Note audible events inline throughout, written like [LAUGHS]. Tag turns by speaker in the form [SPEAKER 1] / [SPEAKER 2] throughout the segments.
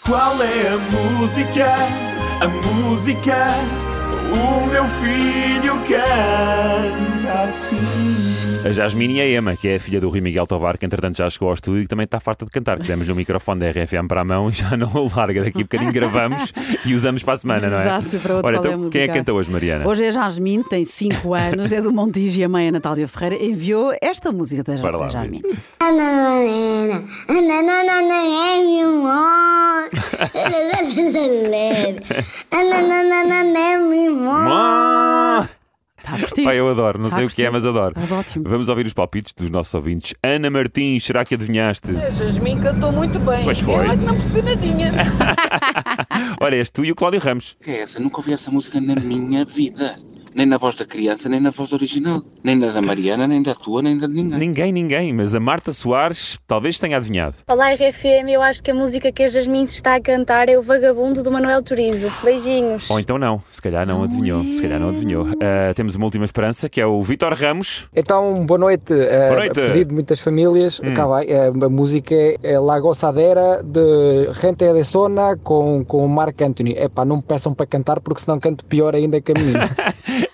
[SPEAKER 1] Qual é a música? A música? O meu filho canta assim.
[SPEAKER 2] A Jasmine e a Ema, que é a filha do Rui Miguel Tovar, que entretanto já chegou ao estúdio e também está farta de cantar. Que demos-lhe o microfone da RFM para a mão e já não o larga. Daqui a bocadinho gravamos e usamos para a semana, não é?
[SPEAKER 3] Exato, para outro
[SPEAKER 2] Olha,
[SPEAKER 3] qual é a
[SPEAKER 2] então, quem é que
[SPEAKER 3] música?
[SPEAKER 2] canta hoje, Mariana?
[SPEAKER 3] Hoje é a Jasmine, tem 5 anos, é do Montijo e a mãe é a Natália Ferreira. Enviou esta música da,
[SPEAKER 2] Bora lá,
[SPEAKER 3] da Jasmine.
[SPEAKER 4] Ananana, ananana é meu amor. Ananana é meu amor.
[SPEAKER 2] Mó!
[SPEAKER 3] Está a curtir?
[SPEAKER 2] Pá, eu adoro, não
[SPEAKER 3] Tá
[SPEAKER 2] sei
[SPEAKER 3] a
[SPEAKER 2] o que é,
[SPEAKER 3] curtir.
[SPEAKER 2] mas adoro.
[SPEAKER 3] Tá ótimo.
[SPEAKER 2] Vamos ouvir os palpites dos nossos ouvintes. Ana Martins, será que adivinhaste?
[SPEAKER 5] É, Jasmine cantou muito bem.
[SPEAKER 2] Pois foi.
[SPEAKER 5] Ela que não percebi nadinha.
[SPEAKER 2] [LAUGHS] Olha, és tu e o Cláudio Ramos.
[SPEAKER 6] que é essa? Nunca ouvi essa música na minha vida. Nem na voz da criança, nem na voz original. Nem na da Mariana, nem da tua, nem da de ninguém.
[SPEAKER 2] Ninguém, ninguém, mas a Marta Soares talvez tenha adivinhado.
[SPEAKER 7] Olá RFM, eu acho que a música que a Jasmine está a cantar é o Vagabundo do Manuel Turizo. Beijinhos.
[SPEAKER 2] Ou então não, se calhar não, adivinhou. Se calhar não adivinhou. Ah, temos uma última esperança que é o Vitor Ramos. [LAUGHS]
[SPEAKER 8] Então, boa noite.
[SPEAKER 2] Boa noite. Hum.
[SPEAKER 8] A pedido de muitas famílias, cá vai. eh, a música é La Gossadera de Gente de Zona com, com o Marc Anthony. Epá, não me peçam para cantar porque senão canto pior ainda que a
[SPEAKER 2] [LAUGHS]
[SPEAKER 8] menina.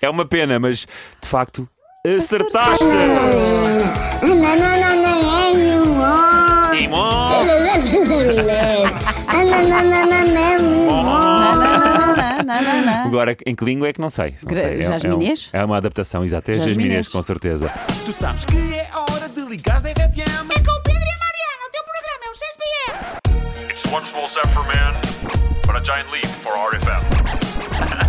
[SPEAKER 2] É uma pena, mas de facto acertaste!
[SPEAKER 7] [LAUGHS]
[SPEAKER 4] Ananana é meu amor.
[SPEAKER 2] Timó!
[SPEAKER 4] Ananana é meu amor.
[SPEAKER 3] Nananana, nananana.
[SPEAKER 2] Agora, em que língua é que não sei? Não
[SPEAKER 3] Gra-
[SPEAKER 2] sei. É,
[SPEAKER 3] Jasminês?
[SPEAKER 2] É, um- é uma adaptação, exato. É
[SPEAKER 3] Jasminês.
[SPEAKER 2] Jasminês, com certeza.
[SPEAKER 1] Tu sabes que é hora de ligares da RFM.
[SPEAKER 9] É com Pedro e a Mariana, o teu programa é o 6BR.
[SPEAKER 10] It's one small step for man, but a giant leap for RFM.